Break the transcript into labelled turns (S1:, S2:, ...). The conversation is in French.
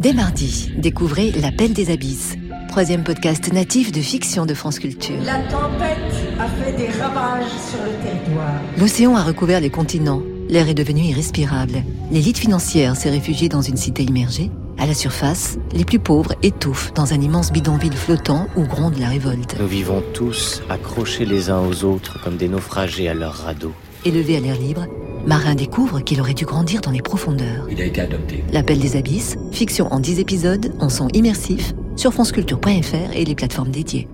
S1: Dès mardi, découvrez L'appel des abysses, troisième podcast natif de fiction de France Culture.
S2: La tempête a fait des ravages sur le territoire.
S1: L'océan a recouvert les continents, l'air est devenu irrespirable. L'élite financière s'est réfugiée dans une cité immergée. À la surface, les plus pauvres étouffent dans un immense bidonville flottant où gronde la révolte.
S3: Nous vivons tous accrochés les uns aux autres comme des naufragés à leur radeau.
S1: Élevé à l'air libre, Marin découvre qu'il aurait dû grandir dans les profondeurs.
S4: Il a été adopté.
S1: L'appel des abysses, fiction en 10 épisodes, en son immersif, sur franceculture.fr et les plateformes dédiées.